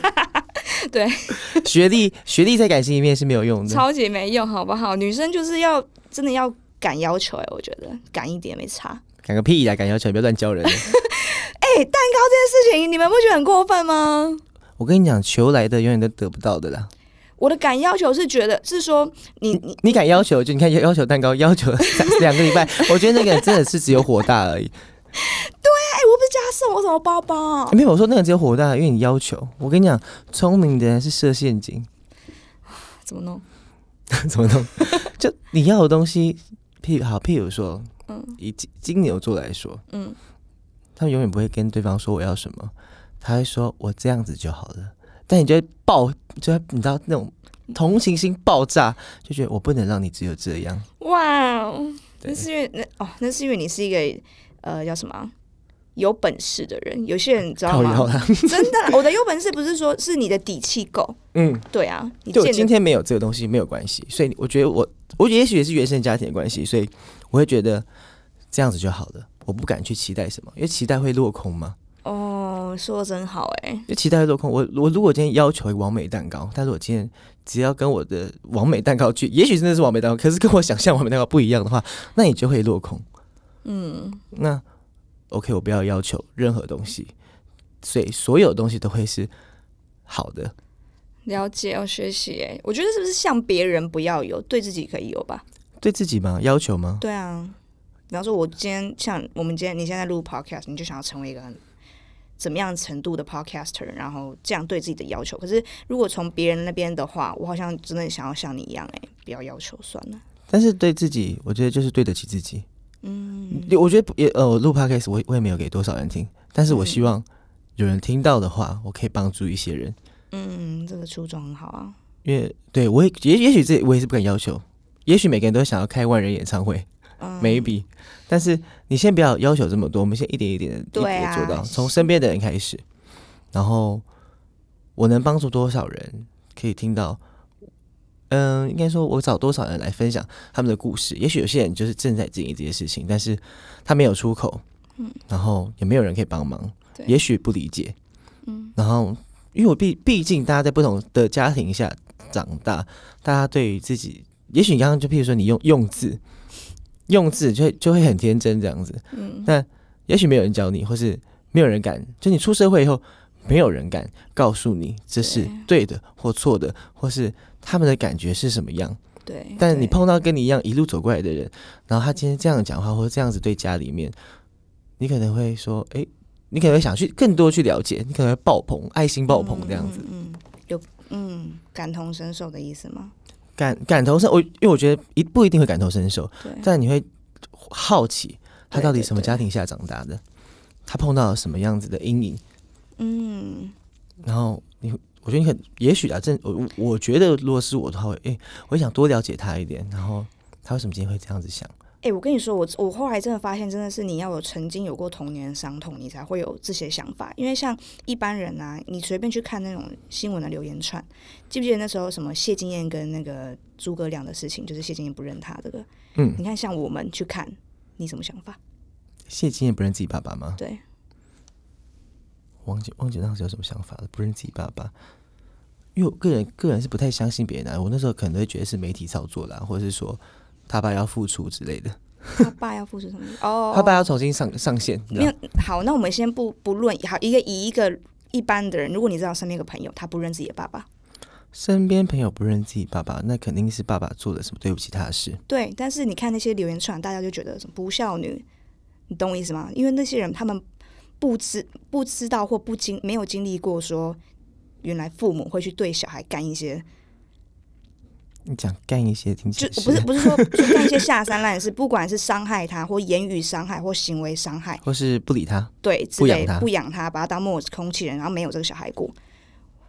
[LAUGHS] 对， [LAUGHS] 学历学历在感情里面是没有用的。超级没用，好不好？女生就是要真的要敢要求、欸，我觉得敢一点没差。敢个屁呀！啊敢要求，不要乱教人。哎、蛋糕这件事情，你们不觉得很过分吗？我跟你讲，求来的永远都得不到的啦。我的敢要求是觉得是说你你你敢要求，就你看要要求蛋糕，要求 [LAUGHS] 两个礼拜，我觉得那个真的是只有火大而已。哎、我不是叫他送我什么包包啊？没有，我说那个只有火大，因为你要求。我跟你讲，聪明的人是设陷阱， [LAUGHS] 怎么弄？怎 [LAUGHS] 么弄？就你要的东西，譬如好，譬如说，嗯以金金牛座来说，嗯，他们永远不会跟对方说我要什么，他会说我这样子就好了。但你就会爆，就会你知道那种同情心爆炸，就觉得我不能让你只有这样。哇哦，对那是因为那哦，那是因为你是一个呃叫什么啊有本事的人。有些人你知道靠腰吗？啦， [LAUGHS] 真的啦，我的有本事不是说是你的底气够，嗯，对啊，你就见我得今天没有这个东西没有关系，所以我觉得我，我也许也是原生家庭的关系，所以我会觉得这样子就好了，我不敢去期待什么，因为期待会落空嘛，哦，说的真好哎、因为期待会落空。我我如果今天要求一个完美蛋糕，但是我今天只要跟我的完美蛋糕去，也许真的是完美蛋糕，可是跟我想象完美蛋糕不一样的话，那你就会落空。嗯，那 OK，我不要要求任何东西，所以所有东西都会是好的。了解，要学习哎、我觉得是不是向别人不要有，对自己可以有吧？对自己吗？要求吗？对啊，比方说，我今天像我们今天你现在录 podcast，你就想要成为一个很怎么样程度的 podcaster，然后这样对自己的要求。可是如果从别人那边的话，我好像真的想要像你一样、哎，不要要求算了。但是对自己，我觉得就是对得起自己。嗯，也我觉得不也呃，我录 podcast 我也我也没有给多少人听，但是我希望有人听到的话，我可以帮助一些人，嗯，这个初衷很好啊。因为对我也也也许这我也是不敢要求，也许每个人都想要开万人演唱会、嗯 m a y b e 但是你先不要要求这么多，我们先一点一点的、一对点啊的做到，从身边的人开始，然后我能帮助多少人可以听到。嗯，应该说，我找多少人来分享他们的故事？也许有些人就是正在经历这些事情，但是他没有出口，嗯，然后也没有人可以帮忙对，也许不理解，嗯，然后因为我毕毕竟大家在不同的家庭下长大，大家对于自己，也许你刚刚就譬如说你用用字，用字就会就会很天真这样子，嗯，但也许没有人教你，或是没有人敢，就你出社会以后，没有人敢告诉你这是对的或错的，或是他们的感觉是什么样。对。但你对碰到跟你一样一路走过来的人，然后他今天这样讲话或者这样子对家里面，你可能会说，诶，你可能会想去更多去了解，你可能会爆棚，爱心爆棚这样子，嗯，嗯嗯有嗯感同身受的意思吗？感感同身，我因为我觉得一不一定会感同身受，对，但你会好奇他对到底对什么对家庭下长大的，他碰到了什么样子的阴影，嗯，然后你，我觉得你很，也许啊，这我我我觉得，如果是我的话，我诶，我会想多了解他一点，然后他为什么今天会这样子想？哎、我跟你说，我我后来真的发现，真的是你要有曾经有过童年伤痛，你才会有这些想法。因为像一般人啊，你随便去看那种新闻的留言串，记不记得那时候什么谢金燕跟那个诸葛亮的事情，就是谢金燕不认他这个。嗯你看，像我们去看，你什么想法？谢金燕不认自己爸爸吗？对，忘记忘记当时有什么想法了，不认自己爸爸。因为我个人个人是不太相信别人的、啊我那时候可能会觉得是媒体操作啦，或者是说他爸要付出之类的，他爸要付出什么？哦，他爸要重新上上线，你知没道有好，那我们先不不论，好一个以一个一般的人，如果你知道身边有个朋友他不认自己的爸爸，身边朋友不认自己爸爸，那肯定是爸爸做了什么对不起他的事。对，但是你看那些留言串，大家就觉得什么不孝女，你懂我意思吗？因为那些人他们不知不知道或不经没有经历过说，原来父母会去对小孩干一些，你讲干一些听起就来 [LAUGHS] 不是不是说不是干一些下三滥的事，不管是伤害他或言语伤害或行为伤害，或是不理他，对，之不养类他不养他，把他当木偶空气人，然后没有这个小孩过。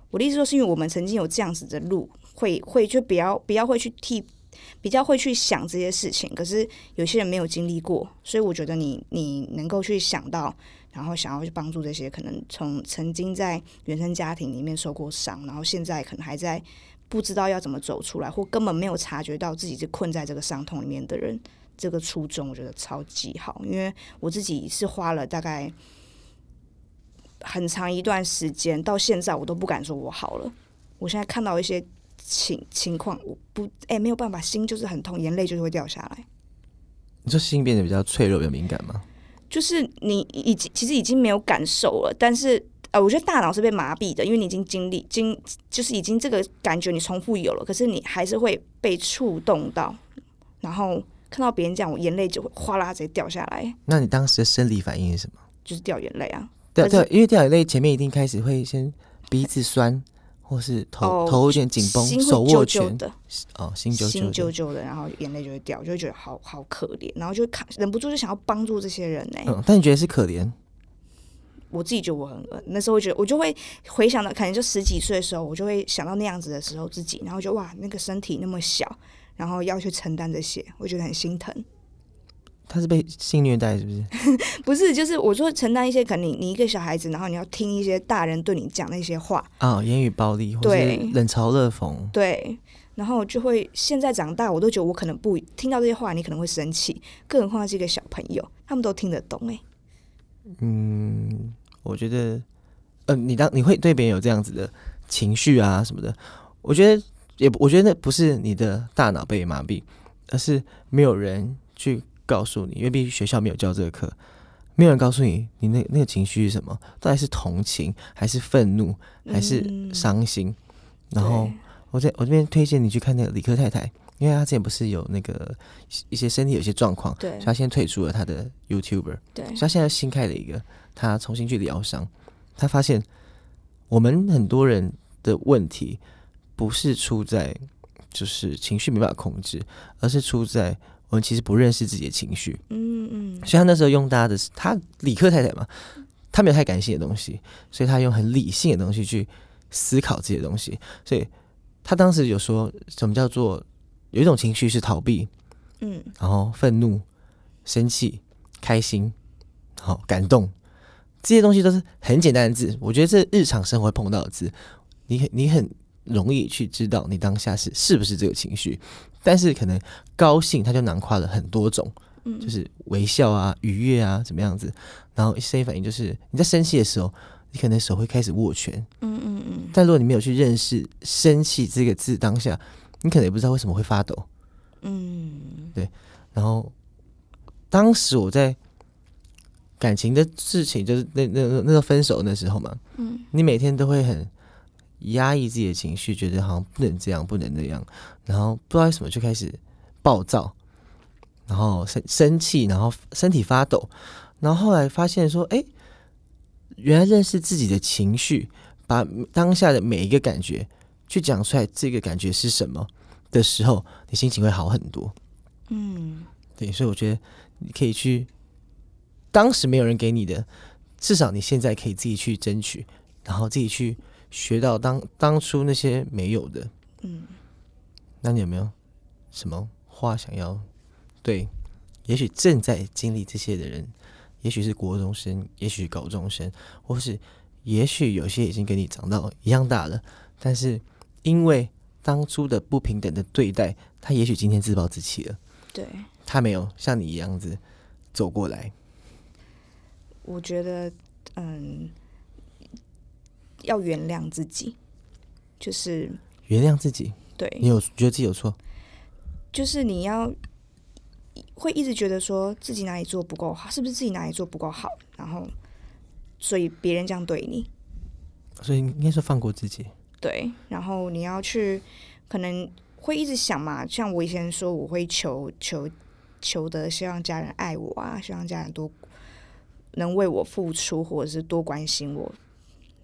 我的意思说，是因为我们曾经有这样子的路，会会就比较比较会去替，比较会去想这些事情。可是有些人没有经历过，所以我觉得你你能够去想到，然后想要去帮助这些可能从曾经在原生家庭里面受过伤，然后现在可能还在不知道要怎么走出来，或根本没有察觉到自己是困在这个伤痛里面的人。这个初衷我觉得超级好，因为我自己是花了大概很长一段时间，到现在我都不敢说我好了。我现在看到一些情情况，我不哎、没有办法，心就是很痛，眼泪就是会掉下来。你说心变得比较脆弱、比较敏感吗？就是你已经其实已经没有感受了，但是呃，我觉得大脑是被麻痹的，因为你已经经历经就是已经这个感觉你重复有了，可是你还是会被触动到，然后看到别人这样，我眼泪就会哗啦直接掉下来，那你当时的生理反应是什么？就是掉眼泪啊。对但对，因为掉眼泪前面一定开始会先鼻子酸，或是头、哦头有点紧绷，心会手揪握揪拳的，哦，心揪心揪揪的。揪的，然后眼泪就会掉，就会觉得好好可怜，然后就会看忍不住就想要帮助这些人呢、嗯，但你觉得是可怜？我自己觉得我很恶，那时候我觉得我就会回想到，可能就十几岁的时候，我就会想到那样子的时候自己，然后就哇，那个身体那么小，然后要去承担这些，我觉得很心疼。他是被性虐待是 [LAUGHS] 不是？不是，就是我说承担一些，可能你你一个小孩子，然后你要听一些大人对你讲那些话，啊、言语暴力，或是对冷嘲热讽，对，然后就会现在长大，我都觉得我可能不听到这些话，你可能会生气，更何况是一个小朋友，他们都听得懂哎、嗯，我觉得，呃，你当你会对别人有这样子的情绪啊什么的，我觉得也不，我觉得那不是你的大脑被麻痹，而是没有人去告诉你，因为毕竟学校没有教这个课，没有人告诉你你那那个情绪是什么，到底是同情还是愤怒还是嗯伤心，然后。我在我这边推荐你去看那个理科太太，因为她之前不是有那个一些身体有些状况，所对以她先退出了她的 YouTuber，对所以她现在新开了一个，她重新去疗伤，她发现我们很多人的问题不是出在就是情绪没办法控制，而是出在我们其实不认识自己的情绪，嗯嗯，所以她那时候用大家的她理科太太嘛，她没有太感性的东西，所以她用很理性的东西去思考这些东西。所以她当时有说，什么叫做有一种情绪是逃避，嗯，然后愤怒、生气、开心，好、感动，这些东西都是很简单的字。我觉得这日常生活会碰到的字，你很你很容易去知道你当下是是不是这个情绪。但是可能高兴，它就囊括了很多种，嗯就是微笑啊、愉悦啊，怎么样子。然后生理反应就是你在生气的时候，你可能手会开始握拳，嗯嗯嗯，但如果你没有去认识“生气”这个字当下，你可能也不知道为什么会发抖。嗯，然后当时我在感情的事情，就是那那那那个分手那时候嘛，嗯，你每天都会很压抑自己的情绪，觉得好像不能这样，不能那样，然后不知道为什么就开始暴躁，然后生生气，然后身体发抖，然后后来发现说，哎，原来认识自己的情绪，把当下的每一个感觉去讲出来，这个感觉是什么的时候，你心情会好很多。嗯，对，所以我觉得你可以去，当时没有人给你的，至少你现在可以自己去争取，然后自己去学到当当初那些没有的。嗯，那你有没有什么话想要对？也许正在经历这些的人，也许是国中生，也许高中生，或是也许有些已经跟你长到一样大了，但是因为当初的不平等的对待，他也许今天自暴自弃了。对。他没有像你一样子走过来。我觉得，嗯，要原谅自己，就是原谅自己，你对，有觉得自己有错，就是你要会一直觉得说自己哪里做不够好，是不是自己哪里做不够好，然后所以别人这样对你，所以应该说放过自己。对，然后你要去可能会一直想嘛，像我以前说我会求求求得希望家人爱我啊，希望家人多能为我付出，或者是多关心我。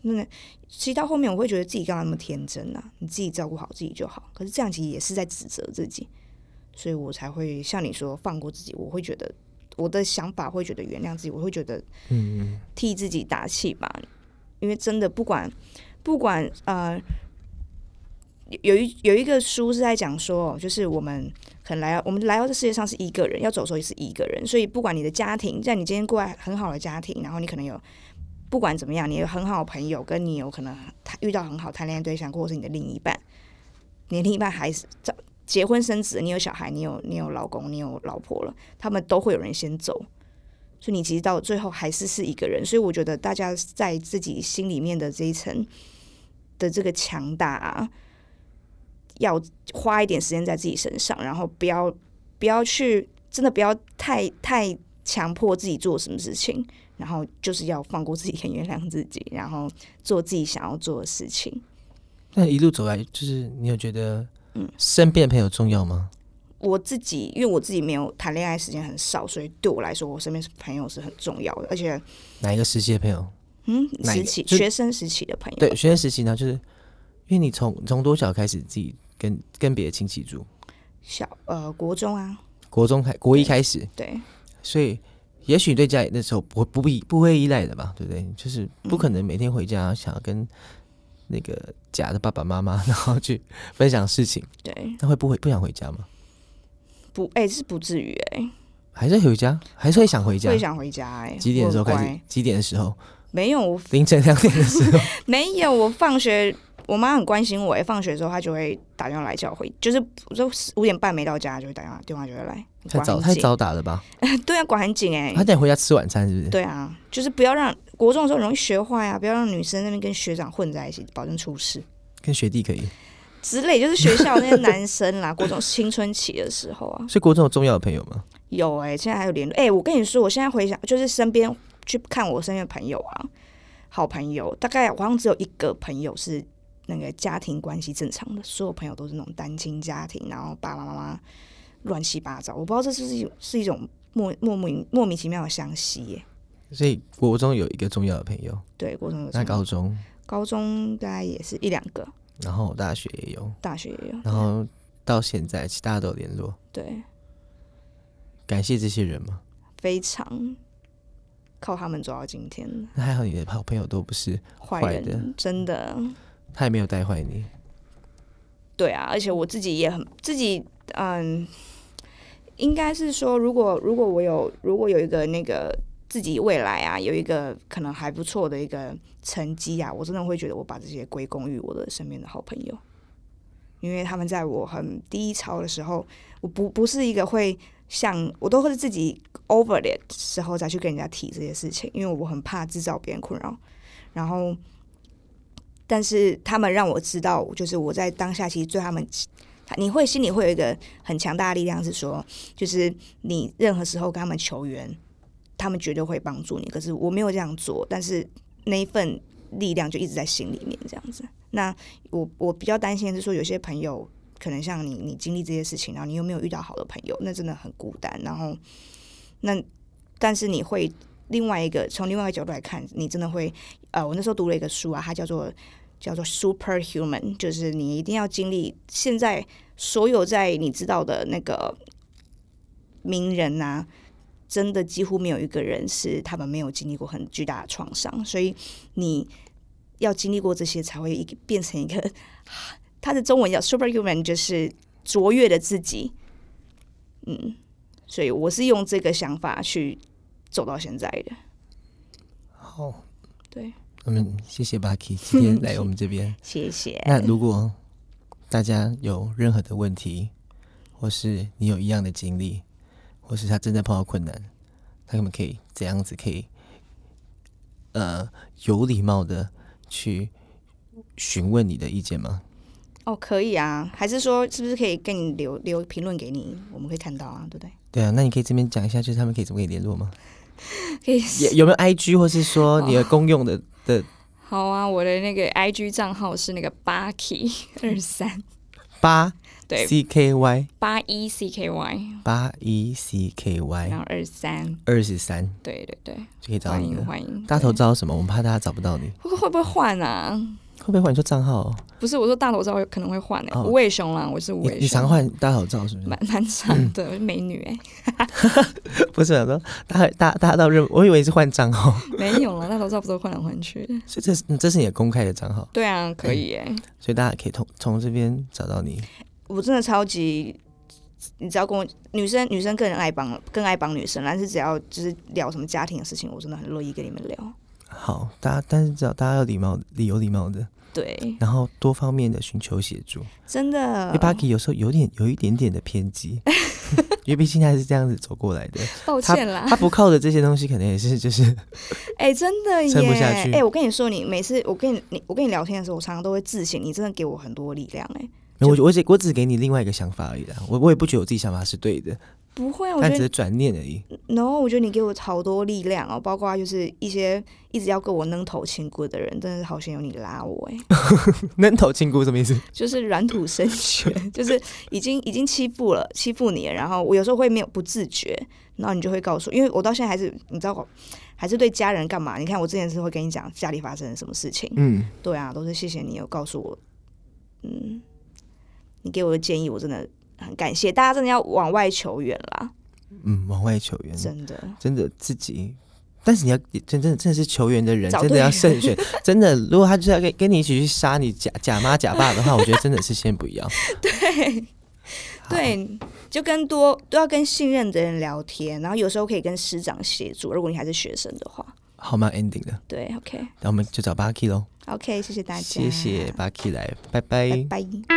那其实到后面我会觉得自己干嘛那么天真啊？你自己照顾好自己就好。可是这样其实也是在指责自己，所以我才会像你说放过自己。我会觉得我的想法会觉得原谅自己，我会觉得嗯，替自己打气吧，因为真的不管不管呃，有有一有一个书是在讲说，哦就是我们可能来到我们来到这世界上是一个人，要走的时候也是一个人，所以不管你的家庭，在你今天过来很好的家庭，然后你可能有。不管怎么样，你有很好的朋友，跟你有可能谈遇到很好谈恋爱对象，或者是你的另一半，你的另一半还是找结婚生子，你有小孩，你有你有老公，你有老婆了，他们都会有人先走。所以你其实到最后还是是一个人。所以我觉得大家在自己心里面的这一层的这个强大、啊，要花一点时间在自己身上，然后不要不要去真的不要太太强迫自己做什么事情，然后就是要放过自己，跟原谅自己，然后做自己想要做的事情。那一路走来，就是你有觉得，嗯身边的朋友重要吗？我自己，因为我自己没有谈恋爱时间很少，所以对我来说，我身边朋友是很重要的。而且，哪一个时期的朋友？嗯，哪一时个期就学生时期的朋友，对，学生时期呢，就是因为你从从多小开始自己跟跟别的亲戚住，小呃国中啊，国中开国一开始，对，所以也许你对家里那时候不不依不会依赖的吧，对不对？就是不可能每天回家想要跟那个假的爸爸妈妈，然后去分享事情，对，那会不会不想回家吗？不，哎、是不至于哎、还是回家，还是会想回家会？想回家哎、几点的时候我很开始乖？？几点的时候？没有，我凌晨两点的时 [LAUGHS] 候，没有，我放学，我妈很关心我、哎，放学的时候她就会打电话来叫我回，就是就五点半没到家就会打电话，电话就会来，太管早很太紧，早打了吧？对啊，管很紧 [LAUGHS] 哎、他得回家吃晚餐是不是？对啊，就是不要让国中的时候容易学坏啊，不要让女生那边跟学长混在一起，保证出事跟学弟可以。之类。就是学校那些男 [LAUGHS] 生啦，国中青春期的时候啊，所以国中有重要的朋友吗？有哎、现在还有联络。哎、我跟你说，我现在回想，就是身边去看我身边的朋友啊，好朋友，大概我好像只有一个朋友是那个家庭关系正常的，所有朋友都是那种单亲家庭，然后爸爸妈妈乱七八糟。我不知道这是不是一种是一种莫莫名莫名其妙的相惜耶、所以国中有一个重要的朋友，对，国中有这那种高中，高中大概也是一两个，然后大学也有，大学也有。然后到现在其他都有联络。对，感谢这些人吗？非常靠他们走到今天的那还好你的好朋友都不是，坏坏人，真的他也没有带坏你。对啊，而且我自己也很自己，嗯，应该是说，如果如果我有如果有一个那个自己未来啊，有一个可能还不错的一个成绩啊，我真的会觉得我把这些归功于我的身边的好朋友，因为他们在我很低潮的时候，我不不是一个会像我都会是自己 over it 时候再去跟人家提这些事情，因为我很怕制造别人困扰，然后。但是他们让我知道，就是我在当下其实对他们，他你会心里会有一个很强大的力量，是说，就是你任何时候跟他们求援，他们绝对会帮助你。可是我没有这样做，但是那一份力量就一直在心里面这样子。那我我比较担心的是说，有些朋友可能像你，你经历这些事情，然后你又没有遇到好的朋友，那真的很孤单。然后那但是你会另外一个从另外一个角度来看，你真的会呃，我那时候读了一个书啊，它叫做叫做 superhuman，就是你一定要经历现在所有在你知道的那个名人啊，真的几乎没有一个人是他们没有经历过很巨大的创伤，所以你要经历过这些，才会一个变成一个， [LAUGHS] 它的中文叫 superhuman，就是卓越的自己。嗯，所以我是用这个想法去走到现在的。好，对，我们谢谢 Bucky 今天来我们这边。谢谢。那如果大家有任何的问题，或是你有一样的经历，或是他正在碰到困难，他们可以怎样子可以，呃，有礼貌的去询问你的意见吗？哦，可以啊，还是说是不是可以跟你留留评论给你，我们可以看到啊，对 [LAUGHS] 不对？对啊，那你可以这边讲一下，就是他们可以怎么跟你联络吗？可以。有有没有 IG 或是说你的公用的的好啊，我的那个 IG 账号是那个 Bucky [LAUGHS] 二三，八对， C K Y 八一 C K Y，八一 C K 然 Y 后二三，二十三对对对，就可以找嗯欢你迎了。欢迎。大头对照什么？我们怕大家找不到你，会会不会换啊？会不会换你说账号、哦？不是，我说大头照可能会换诶、哦无尾熊啦，我是无你尾你常熊，换嗯大头照是不蛮蛮长的，我是美女欸诶、是？不是，我说大大大到认，我以为是换账 [LAUGHS] 号，没有啦，大头照不都换来换去的？所以这是嗯这是你的公开的账号，对啊，可以诶、所以大家可以从从这边找到你。我真的超级，你只要跟我女生女生更爱帮更爱帮女生，但是只要就是聊什么家庭的事情，我真的很乐意跟你们聊。好，大家但是只要大家要礼貌，礼有礼貌的，对，然后多方面的寻求协助。真的因为 Bucky 有时候有点有一点点的偏 [LAUGHS] 激，因为毕竟他是这样子走过来的， [LAUGHS] 抱歉啦，他不靠着这些东西，可能也是 [LAUGHS] 就是哎、真的耶！撑不下去哎、我跟你说，你每次我跟你你我跟你聊天的时候，我常常都会自省，你真的给我很多力量哎、没有我我只我只给你另外一个想法而已啦，我我也不觉得我自己想法是对的，不会啊，我觉但只得是转念而已。 [LAUGHS] 然后我觉得你给我好多力量哦，包括就是一些一直要跟我扔头亲骨的人，真的是好想有你拉我哎、嫩头亲姑什么意思？就是软土生学， [LAUGHS] 就是已经已经欺负了欺负你了，然后我有时候会没有不自觉，然后你就会告诉我，因为我到现在还是你知道我还是对家人干嘛？你看我之前是会跟你讲家里发生了什么事情，嗯，对啊，都是谢谢你有告诉我，嗯，你给我的建议我真的很感谢，大家真的要往外求援啦，嗯，往外求援，真的，真的自己。但是你要真真真的是球员的人，找真的对要人慎 [LAUGHS] 选。真的，如果他就是要跟跟你一起去杀你假假妈假爸的话，我觉得真的是先不要。对。对，就跟多都要跟信任的人聊天，然后有时候可以跟师长协助，如果你还是学生的话。好吗？ending 了，对，OK，OK，、那我们就找 Bucky 喽。谢谢大家，谢谢 Bucky 来，拜拜拜。